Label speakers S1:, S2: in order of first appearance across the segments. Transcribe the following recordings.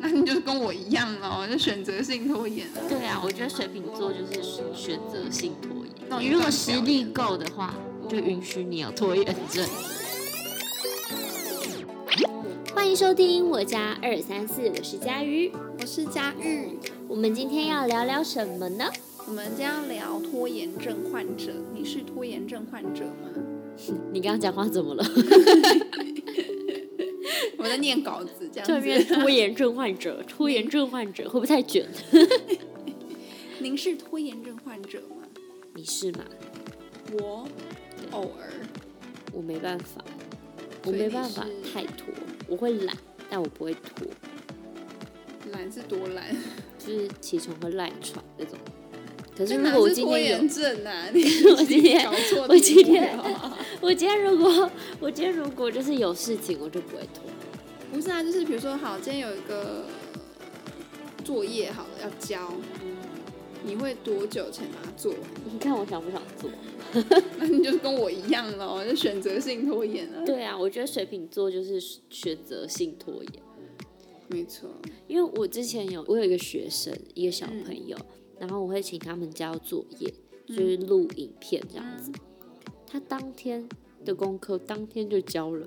S1: 跟我一样
S2: 啊
S1: 哦，就选择性拖延了。
S3: 对啊，我觉得水瓶座就是选择性拖延。
S1: 那我
S3: 你如果实力够的话，就允许你有拖延症。
S4: 欢迎收听我家二三四，我是佳瑜。
S2: 我是佳玉，
S4: 我们今天要聊聊什么呢？
S2: 我们今天要聊拖延症患者。你是拖延症患者吗？
S4: 你刚刚讲话怎 么了？
S2: 我在念稿子，这
S4: 突然变
S2: 样子。
S4: 拖延症患者，拖延症患者会不会太卷？
S2: 您是拖延症患者吗？
S4: 你是吗？
S2: 我偶尔，
S4: 我没办法，我
S2: 所以
S4: 没
S2: 你
S4: 办法
S2: 是
S4: 太拖，我会懒，但我不会拖，
S2: 懒是多懒，
S4: 就是起床会赖床那种。可是
S2: 这
S4: 如
S2: 哪
S4: 果我
S2: 是
S4: 今
S2: 拖
S4: 天有
S2: 延，症 啊？你
S4: 我今天
S2: 搞错啊
S4: 我今
S2: 题目
S4: 天
S2: 了
S4: 我今天如果我今天如果就是有事情，我就不会拖。
S2: 不是啊，就是比如说，好，今天有一个作业好了要交，你会多久前把它做完？
S4: 你看我想不想 做？
S2: 那你就是跟我一样喽，就选择性拖延了。
S4: 对啊，我觉得水瓶座就是选择性拖延。
S2: 没错，
S4: 因为我之前有我有一个学生，一个小朋友，然后我会请他们交作业，就是录影片这样子。他当天的功课当天就交了，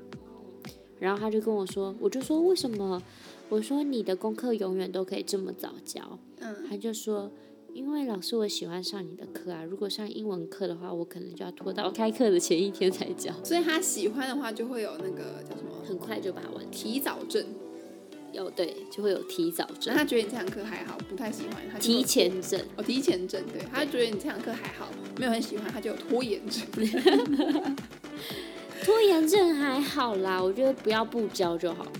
S4: 然后他就跟我说，我就说为什么？我说你的功课永远都可以这么早交，
S2: 嗯，
S4: 他就说。因为老师，我喜欢上你的课啊。如果上英文课的话，我可能就要拖到开课的前一天才交，
S2: 所以他喜欢的话，就会有那个叫什么
S4: 很快就把它完成。
S2: 提早症，
S4: 有哦对，就会有提早
S2: 然
S4: 症
S2: 后、他觉得你这堂课还好，不太喜欢，他就
S4: 提前症。
S2: 哦提前症，对，他觉得你这堂课还好，没有很喜欢，他就有拖延症。
S4: 拖延症还好啦，我觉得不要不交就好了。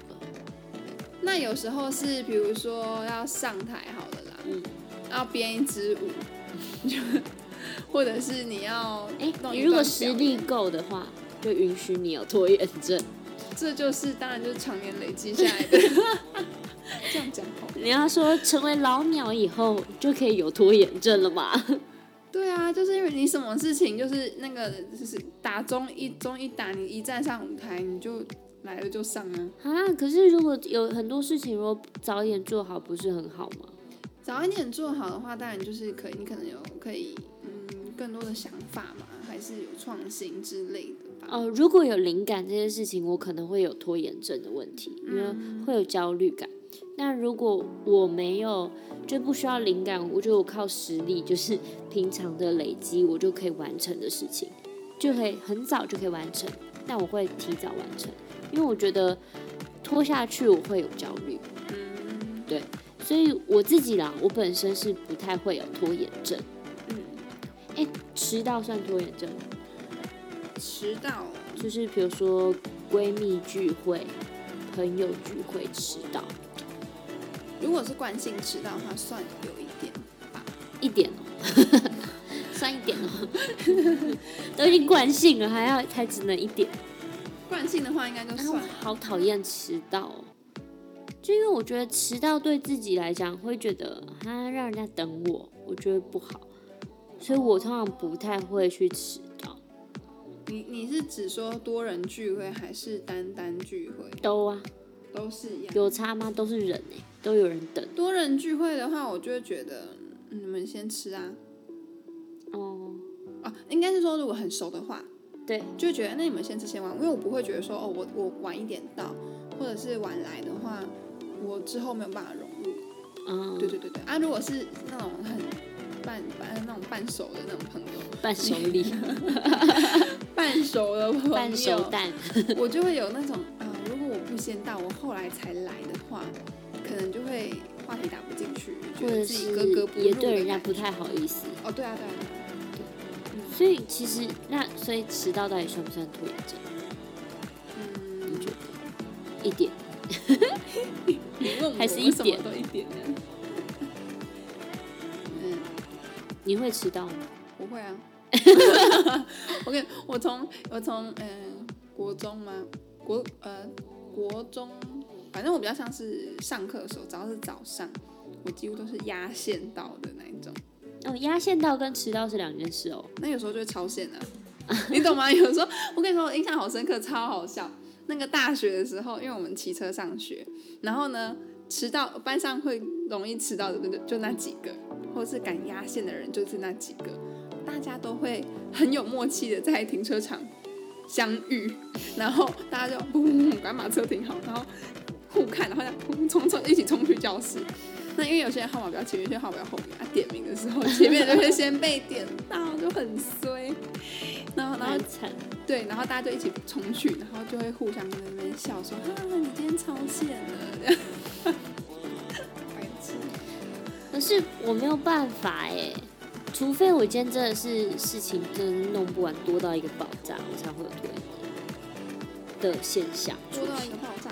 S2: 那有时候是比如说要上台好了啦，
S4: 嗯
S2: 要编一支舞， 就或者是你要
S4: 哎、
S2: 弄
S4: 你
S2: 一段
S4: 如果
S2: 表
S4: 实
S2: 演
S4: 力，够的话，就允许你有拖延症。
S2: 这就是当然就是常年累积下 来的。这样讲好吗。
S4: 你要说成为老鸟以后就可以有拖延症了嘛？
S2: 对啊，就是因为你什么事情就是那个就是打中一中一打，你一站上舞台你就来了就上啊。
S4: 啊，可是如果有很多事情，如果早点做好，不是很好吗？
S2: 早一点做好的话，当然就是可以，你可能有可以嗯更多的想法嘛，还是有创新之类的吧。
S4: 哦、如果有灵感这件事情，我可能会有拖延症的问题，因为
S2: 嗯
S4: 会有焦虑感。那如果我没有，就不需要灵感，我觉得我靠实力，就是 平常的累积，我就可以完成的事情，就可以很早就可以完成。但我会提早完成，因为我觉得拖下去我会有焦虑，
S2: 嗯
S4: 所以我自己啦，我本身是不太会有拖延症。
S2: 嗯，
S4: 哎，迟到算拖延症吗？
S2: 迟到
S4: 就是比如说闺蜜聚会、朋友聚会迟到
S2: 如果是惯性迟到的话，算有一点。
S4: 一点哦， 算一点哦， 都已经惯性了，还要才只能一点，
S2: 惯性的话应该就
S4: 然后
S2: 算
S4: 哎我
S2: 了。
S4: 好讨厌迟到哦。就因为我觉得迟到对自己来讲会觉得哈让人家等我，我觉得不好，所以我通常不太会去迟到，
S2: 你你是指说多人聚会还是单单聚会？
S4: 都啊
S2: 都是一样。
S4: 有差吗？都是人哎、都有人等
S2: 多人聚会的话，我就会觉得嗯你们先吃啊。
S4: 哦，
S2: 啊，应该是说如果很熟的话，
S4: 对，
S2: 就会觉得那你们先吃先玩，因为我不会觉得说哦，我我晚一点到，或者是晚来的话，我之后没有办法融入。
S4: 嗯，
S2: 对对对对啊，如果是那种很半半那种半熟的那种朋友，
S4: 伴手 礼、
S2: 半熟的朋友，
S4: 伴手蛋。
S2: 我就会有那种啊、呃如果我不先到，我后来才来的话，可能就会话题打不进去，
S4: 或
S2: 觉
S4: 者
S2: 得自己格格
S4: 是
S2: 不入
S4: 也
S2: 的
S4: 对人家
S2: 感
S4: 不
S2: 觉
S4: 太好意思。
S2: 哦，对啊对啊对啊，
S4: 所以其实那所以迟到到底算不算拖延症？
S2: 嗯，
S4: 你觉得？一点，
S2: 你问我
S4: 还是
S2: 我
S4: 一
S2: 什么
S4: 点
S2: 都一点呢？嗯，
S4: 你会迟到吗？
S2: 我会啊。 我跟我从我从嗯、呃国中嘛，国呃国中，反正我比较像是上课的时候，只要是早上，我几乎都是压线到的那一种。
S4: 哦，压线到跟迟到是两件事哦。
S2: 那有时候就会超线 啊，你懂吗？有时候 我跟你说，我印象好深刻，超好笑。那个大学的时候，因为我们骑车上学，然后呢，迟到班上会容易迟到的就就那几个，或是赶压线的人就是那几个，大家都会很有默契的在停车场相遇，然后大家就砰砰砰赶把车停好，然后互看，然后这样砰冲冲一起冲去教室。那因为有些人号码比较前面，有些人号码比较后面。啊，点名的时候，前面就会先被点到，就很衰。然后，然后
S4: 蛮惨。
S2: 对，然后大家就一起冲去，然后就会互相在那边笑说：“啊，你今天超线了。”这样。白痴
S4: 可是我没有办法哎，除非我今天真的是事情真的是弄不完，多到一个爆炸，我才会有拖延症的现象出
S2: 说到一
S4: 现
S2: 个。爆炸，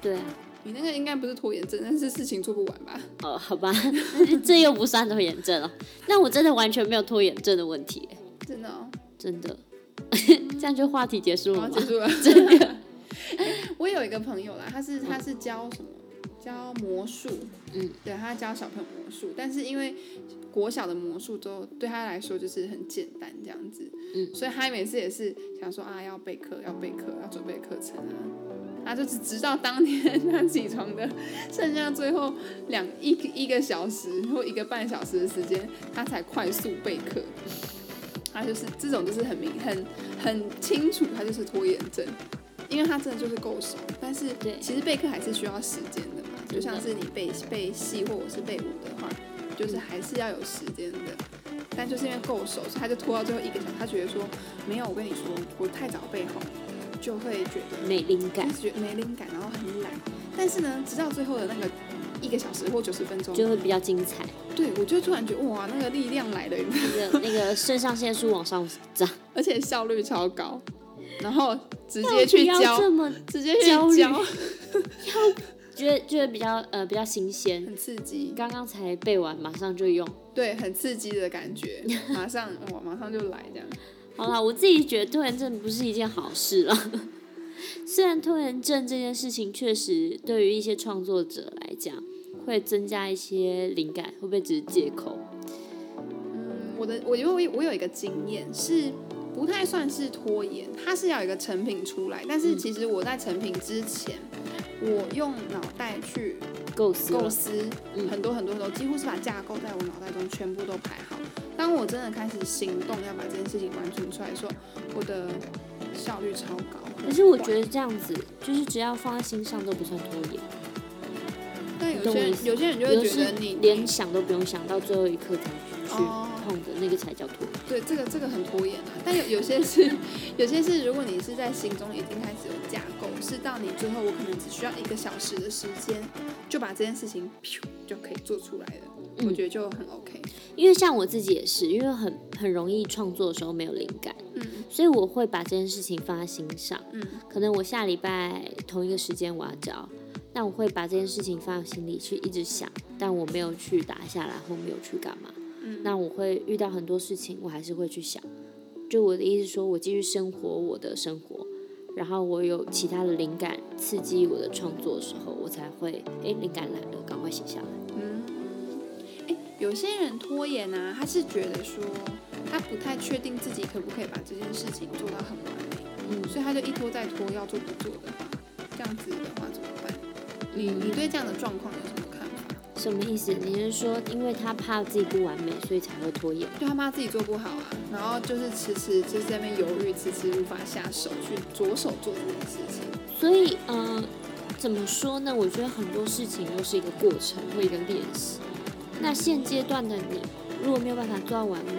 S4: 对啊，
S2: 你那个应该不是拖延症，但是事情做不完吧？
S4: 哦，好吧， 这又不算拖延症哦。那我真的完全没有拖延症的问题耶，
S2: 真的哦。
S4: 真的。 这样就话题结束了
S2: 好，
S4: 吗
S2: 结？束了。真的。 我有一个朋友啦，他是他是教什么？教魔术。
S4: 嗯，
S2: 对他教小朋友魔术，但是因为国小的魔术都对他来说就是很简单这样子，
S4: 嗯
S2: 所以他每次也是想说啊，要备课，要备课，要准备课程啊。他就只直到当天 他起床的剩下最后两一个一个小时或一个半小时的时间，他才快速备课。他就是这种，就是很明很很清楚，他就是拖延症，因为他真的就是够熟。但是
S4: 对
S2: 其实备课还是需要时间的嘛，就像是你背背戏或者是背舞的话，就是还是要有时间的。但就是因为够熟，所以他就拖到最后一个小时。他觉得说，没有，我跟你说，我太早背好，就会觉得
S4: 没灵感
S2: 就，是觉得没灵感，然后很懒。但是呢，直到最后的那个一个小时或九十分钟，
S4: 就会比较精彩。
S2: 对我就突然觉得哇，那个力量来了，你知道吗
S4: 那个那个肾上腺素往上涨，
S2: 而且效率超高，然后直
S4: 那
S2: 接去
S4: 不要
S2: 教，
S4: 这么
S2: 直接去
S4: 焦
S2: 教，
S4: 虑觉得觉得比较呃比较新鲜。
S2: 很刺激，
S4: 刚刚才背完，马上就用。
S2: 对，很刺激的感觉，马上哇，马上就来这样，
S4: 好啦，我自己觉得拖延症不是一件好事了。 虽然拖延症这件事情确实对于一些创作者来讲会增加一些灵感，会不会只是借口？
S2: 嗯，我的，我因为我有我有一个经验是。不太算是拖延，它是要有一个成品出来。但是其实我在成品之前，我用脑袋去
S4: 构思了
S2: 构思
S4: 嗯
S2: 很多很多很多，几乎是把架构在我脑袋中全部都排好。当我真的开始行动，要把这件事情完成出来的时候，我的效率超高。
S4: 可是我觉得这样子，就是只要放在心上都不算拖延，
S2: 但有
S4: 懂
S2: 些
S4: 我意
S2: 人
S4: 思
S2: 有些人就
S4: 有
S2: 会
S4: 的
S2: 觉
S4: 是
S2: 得你
S4: 连想都不用想，到最后一刻才去
S2: 哦
S4: 碰的那个才叫拖延。
S2: 对这个这个很拖延啊。但有有些是 有些是，如果你是在心中已经开始有架构，是到你最后我可能只需要一个小时的时间就把这件事情咻就可以做出来了，我
S4: 嗯
S2: 觉得就很 OK。
S4: 因为像我自己也是，因为很很容易创作的时候没有灵感，
S2: 嗯
S4: 所以我会把这件事情放在心上。
S2: 嗯
S4: 可能我下礼拜同一个时间我要交，那我会把这件事情放在心里去一直想，但我没有去打下来或没有去干嘛。
S2: 嗯
S4: 那我会遇到很多事情，我还是会去想。就我的意思是说，我继续生活我的生活，然后我有其他的灵感刺激我的创作的时候，我才会诶灵感来了，赶快写下来。
S2: 嗯，哎，有些人拖延啊，他是觉得说他不太确定自己可不可以把这件事情做到很完美，
S4: 嗯，
S2: 所以他就一拖再拖，要做不做的话，这样子的话怎么办？你你对这样的状况有什么看法？
S4: 什么意思？你是说，因为他怕自己不完美，所以才会拖延？
S2: 就他妈自己做不好啊，然后就是迟迟就是在那边犹豫，迟迟无法下手去着手做这件事情。
S4: 所以，嗯、怎么说呢？我觉得很多事情都是一个过程或一个练习。那现阶段的你，如果没有办法做到完美，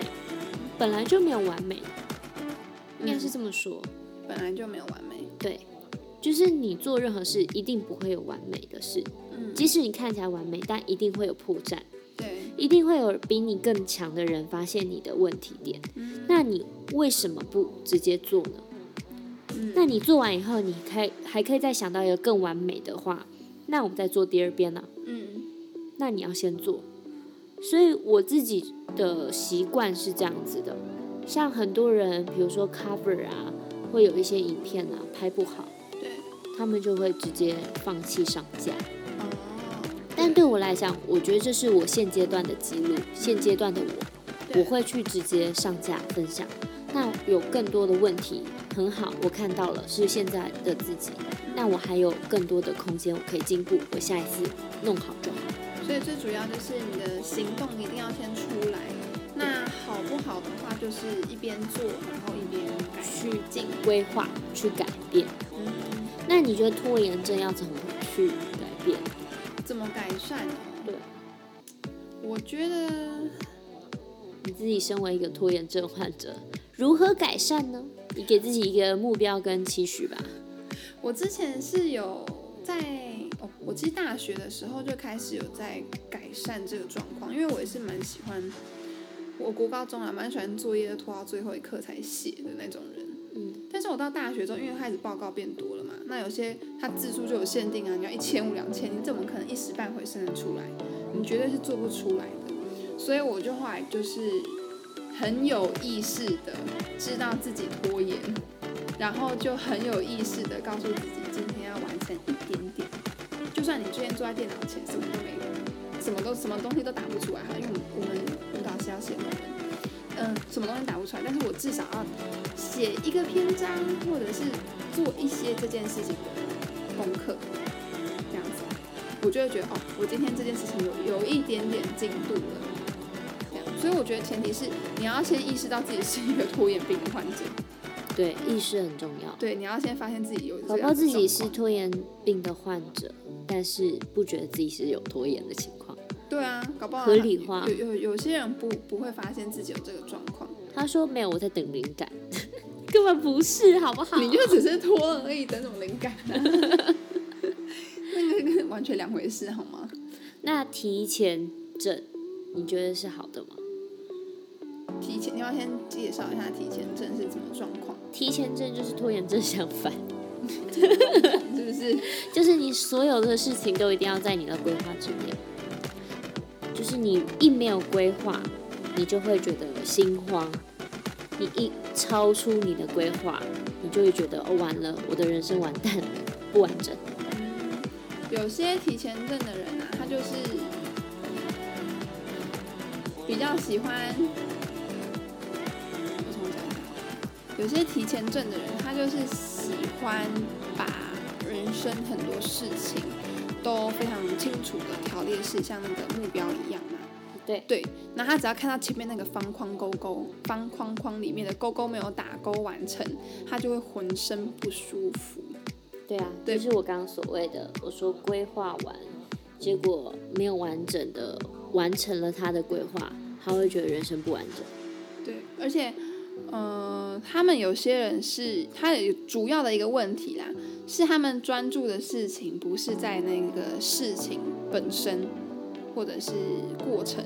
S4: 本来就没有完美，应该是这么说。
S2: 本来就没有完美，
S4: 对，就是你做任何事，一定不会有完美的事。
S2: 嗯，
S4: 即使你看起来完美，但一定会有破绽，
S2: 对，
S4: 一定会有比你更强的人发现你的问题点。
S2: 嗯
S4: 那你为什么不直接做呢？
S2: 嗯
S4: 那你做完以后，你开还可以再想到一个更完美的话，那我们再做第二遍呢、啊
S2: 嗯
S4: 那你要先做。所以我自己的习惯是这样子的，像很多人，比如说 cover 啊，会有一些影片啊拍不好，
S2: 对，
S4: 他们就会直接放弃上架。
S2: 哦，
S4: 但对我来讲，我觉得这是我现阶段的记录，现阶段的我，我会去直接上架分享。那有更多的问题，很好，我看到了是现在的自己，那我还有更多的空间，我可以进步，我下一次弄好就好。
S2: 所以最主要就是你的行动一定要先出来。那好不好的话，就是一边做，然后一边改
S4: 去进规划，去改变。
S2: 嗯，
S4: 那你觉得拖延症要怎么去改变？
S2: 怎么改善？
S4: 对，
S2: 我觉得
S4: 你自己身为一个拖延症患者，如何改善呢？你给自己一个目标跟期许吧。
S2: 我之前是有在，哦，我其实大学的时候就开始有在改善这个状况，因为我也是蛮喜欢，我国高中啊蛮喜欢作业拖到最后一刻才写的那种人。
S4: 嗯，
S2: 但是我到大学之后，因为开始报告变多了嘛，那有些它字数就有限定啊，你要一千五、两千，你怎么可能一时半会生得出来？你绝对是做不出来的。所以我就后来就是很有意识的知道自己拖延，然后就很有意识的告诉自己今天要完成一点点，就算你今天坐在电脑前什么都没有，什么都什么东西都打不出来哈，因为我们我们舞蹈是要写论文，嗯、什么东西打不出来，但是我至少要写一个篇章，或者是做一些这件事情的功课，这样子，我就会觉得哦，我今天这件事情有有一点点进度了，这样，所以我觉得前提是你要先意识到自己是一个拖延病的患者，
S4: 对，意识很重要。
S2: 对，你要先发现自己有
S4: 宝
S2: 这样
S4: 宝
S2: 的
S4: 自己是
S2: 状况
S4: 拖延病的患者，但是不觉得自己是有拖延的情况。
S2: 对啊，搞不好
S4: 合理化
S2: 有有有些人不不会发现自己有这个状况，
S4: 他说没有，我在等灵感， 根本不是，好不好？
S2: 你就只是拖而已，等什么灵感、啊？ 那个跟完全两回事好吗？
S4: 那提前症，你觉得是好的吗？
S2: 提前，你要先介绍一下提前症是怎么状况，
S4: 提前症就是拖延症相反，
S2: 是不是？
S4: 就是你所有的事情都一定要在你的规划之内，就是你一没有规划，你就会觉得心慌，你一超出你的规划，你就会觉得哦完了，我的人生完蛋了，不完整。
S2: 有些提前症的人啊，他就是比较喜欢，我重讲一下，有些提前症的人，他就是喜欢把人生很多事情都非常清楚的条列式，像那个目标一样嘛、
S4: 对
S2: 对，那他只要看到前面那个方框勾勾，方框框里面的勾勾没有打勾完成，他就会浑身不舒服。
S4: 对啊，
S2: 对
S4: 就是我刚刚所谓的，我说规划完，结果没有完整的完成了他的规划，他会觉得人生不完整。
S2: 对，而且，呃，他们有些人是，他有主要的一个问题啦，是他们专注的事情不是在那个事情本身，或者是过程，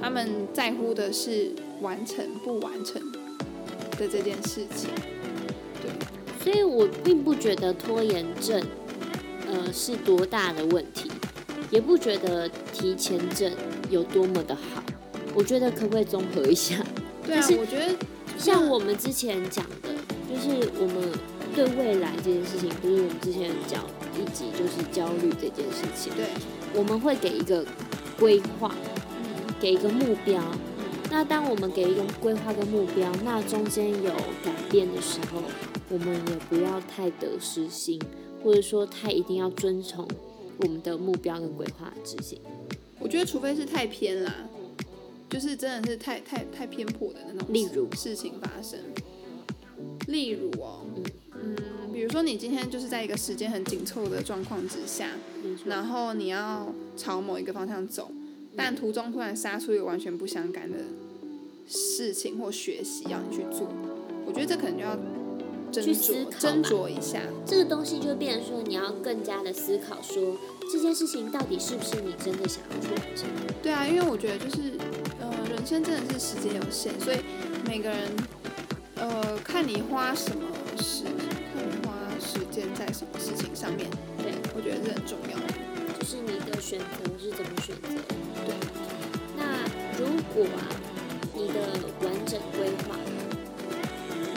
S2: 他们在乎的是完成不完成的这件事情。对，
S4: 所以我并不觉得拖延症，呃，是多大的问题，也不觉得提前症有多么的好。我觉得可不可以综合一下？
S2: 对啊
S4: 但是，
S2: 我觉得
S4: 像我们之前讲的，就是我们对未来这件事情，不是我们之前讲一集就是焦虑这件事情，
S2: 对，
S4: 我们会给一个规划，
S2: 嗯
S4: 给一个目标。那当我们给一个规划跟目标，那中间有改变的时候，我们也不要太得失心，或者说太一定要遵从我们的目标跟规划执行。
S2: 我觉得除非是太偏啦，就是真的是太太太偏颇的那种事，
S4: 例如
S2: 事情发生，例如哦，嗯，比如说你今天就是在一个时间很紧凑的状况之下，然后你要朝某一个方向走，但途中突然杀出一个完全不相干的事情或学习要你去做，我觉得这可能就要斟
S4: 去思
S2: 酌
S4: 考
S2: 斟
S4: 吧
S2: 酌一下，
S4: 这个东西就变成说，你要更加的思考说这件事情到底是不是你真的想要去完成。
S2: 对啊，因为我觉得就是，呃，人生真的是时间有限，所以每个人，呃，看你花什么时，看你花时间在什么事情上面，
S4: 对，
S2: 我觉得是很重要的。
S4: 就是你的选择是怎么选择。
S2: 对，
S4: 那如果啊，你的完整规划，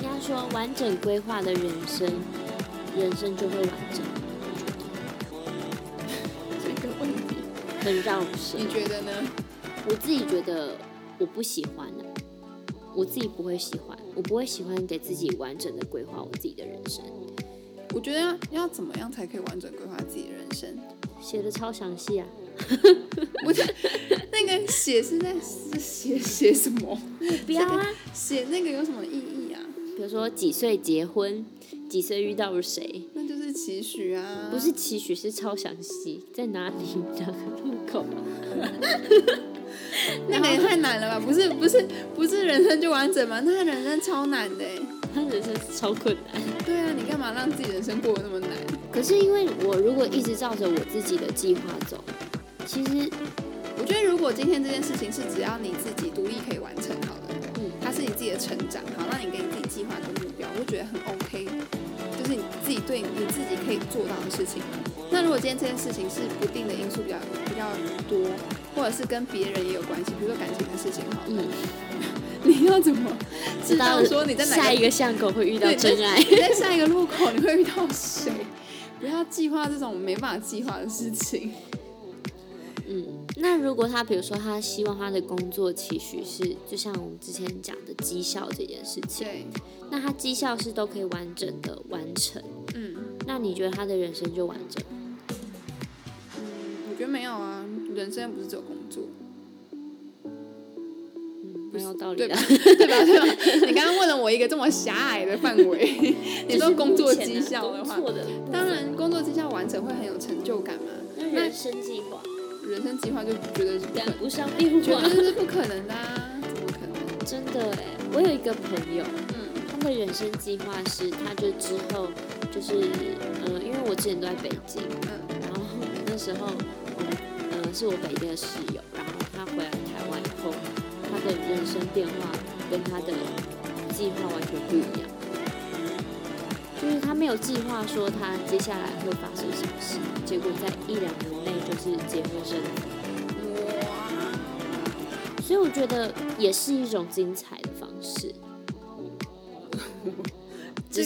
S4: 应该说完整规划的人生，人生就会完整，
S2: 这个问题，
S4: 很绕舌。
S2: 嗯你觉得呢？
S4: 我自己觉得我不喜欢啊，我自己不会喜欢，我不会喜欢给自己完整的规划我自己的人生，
S2: 我觉得要要怎么样才可以完整规划自己的人生？
S4: 写的超详细啊，
S2: 那个写是在是写写什么？
S4: 不要啊，
S2: 写那个有什么意义啊？
S4: 比如说几岁结婚，几岁遇到了谁，
S2: 那就是期许啊，
S4: 不是期许是超详细，在哪里哪个路 口，
S2: 那个也太难了吧？不是不是不是人生就完整吗？那人生超难的欸。
S4: 他人生超困难。
S2: 对啊，你干嘛让自己人生过得那么难？
S4: 可是因为我如果一直照着我自己的计划走，其实
S2: 我觉得如果今天这件事情是只要你自己独立可以完成好的，
S4: 嗯
S2: 它是你自己的成长，好，那你给你自己计划跟目标，我觉得很 OK，就是你自己对你自己可以做到的事情。那如果今天这件事情是不定的因素比较比较多，或者是跟别人也有关系，比如说感情的事情，好了，
S4: 嗯，
S2: 你要怎么知道
S4: 了
S2: 说你在哪
S4: 下一个巷口会遇到
S2: 对
S4: 真爱。
S2: 你在下一个路口你会遇到谁？不要计划这种没办法计划的事情。
S4: 嗯，那如果他比如说他希望他的工作期许是，就像我们之前讲的绩效这件事情，
S2: 对，
S4: 那他绩效是都可以完整的完成，
S2: 嗯。
S4: 那你觉得他的人生就完整？
S2: 我觉得没有啊，人生不是只有工作，
S4: 嗯，蛮有道理
S2: 对
S4: 的
S2: 吧。？ 对吧？对吧？你刚刚问了我一个这么狭隘的范 围，你
S4: 啊
S2: 说工作绩效的话，
S4: 的
S2: 当然工作绩效完成会很有成就感嘛。
S4: 那人生计划
S2: 人生计划就觉得是不可
S4: 赶不上 变
S2: 绝
S4: 化，
S2: 对是不可能的、啊，怎么可能？
S4: 真的哎，我有一个朋友。
S2: 嗯
S4: 他的人生计划是，他就之后就是，呃，因为我之前都在北京，
S2: 嗯
S4: 然后那时候我们，呃，是我北京的室友，然后他回来台湾以后，他的人生变化跟他的计划完全不一样，就是他没有计划说他接下来会发生什么事，结果在一两年内就是结婚生子，所以我觉得也是一种精彩的方 式。只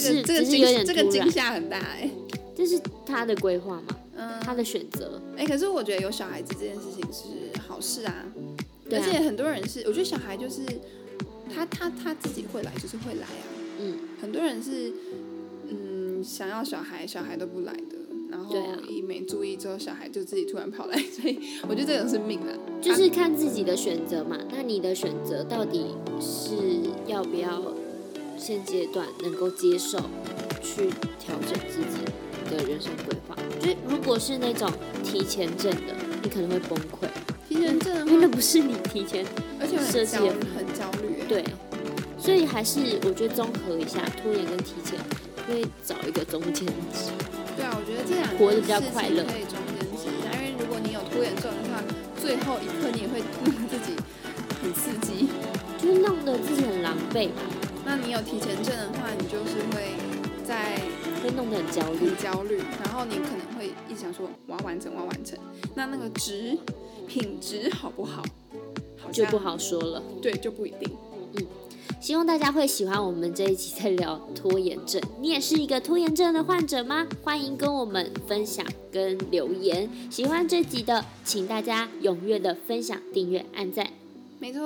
S2: 这
S4: 是
S2: 个这个
S4: 只是有
S2: 惊
S4: 点
S2: 这个
S4: 突然
S2: 惊吓很大哎、
S4: 这是他的规划嘛，
S2: 嗯，
S4: 他的选择。
S2: 哎、可是我觉得有小孩子这件事情是好事啊，
S4: 对
S2: 而
S4: 啊
S2: 且很多人是，我觉得小孩就是他他他自己会来就是会来啊，
S4: 嗯，
S2: 很多人是嗯想要小孩，小孩都不来的，然后
S4: 对啊
S2: 一没注意之后，小孩就自己突然跑来， 所以我觉得这种是命啊，
S4: 就是看自己的选择嘛。那你的选择到底是要不要现阶段能够接受，去调整自己的人生规划？就是如果是那种提前症的，你可能会崩溃，
S2: 提前症的
S4: 因为那
S2: 话，
S4: 不是你提前
S2: 而且
S4: 设
S2: 很
S4: 计
S2: 焦
S4: 也
S2: 虑，很焦虑、欸，，
S4: 对，啊所以还是我觉得综合一下拖延跟提前，会找一个中间值。
S2: 对啊，我觉得这两
S4: 活得
S2: 件
S4: 比较
S2: 事情
S4: 快乐
S2: 可以中间值一下，因为如果你有拖延症的话， 最后一刻你也会弄自己很刺激。
S4: 就是弄得自己很狼狈吧，
S2: 那你有提前症的话，你就是会在
S4: 会弄得很焦虑
S2: 很。焦虑，然后你可能会一直想说我要完成，我要完成。那那个值品质好不好，好像
S4: 就不，好说了。
S2: 对，就不一定。
S4: 希望大家会喜欢我们这一期在聊拖延症。你也是一个拖延症的患者吗？欢迎跟我们分享跟留言。喜欢这集的，请大家踊跃的分享、订阅、按赞。
S2: 没错，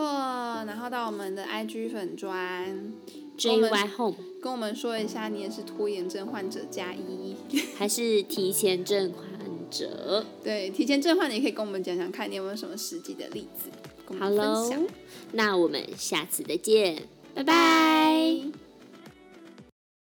S2: 然后到我们的 IG 粉砖，我
S4: J
S2: 们
S4: Y Home
S2: 跟我们说一下你也是拖延症患者加一。
S4: 还是提前症患者？
S2: 对，提前症患者也可以跟我们讲讲看，你有没有什么实际的例子跟我
S4: 好
S2: 们分
S4: 喽
S2: 享。，
S4: 那我们下次再见，拜拜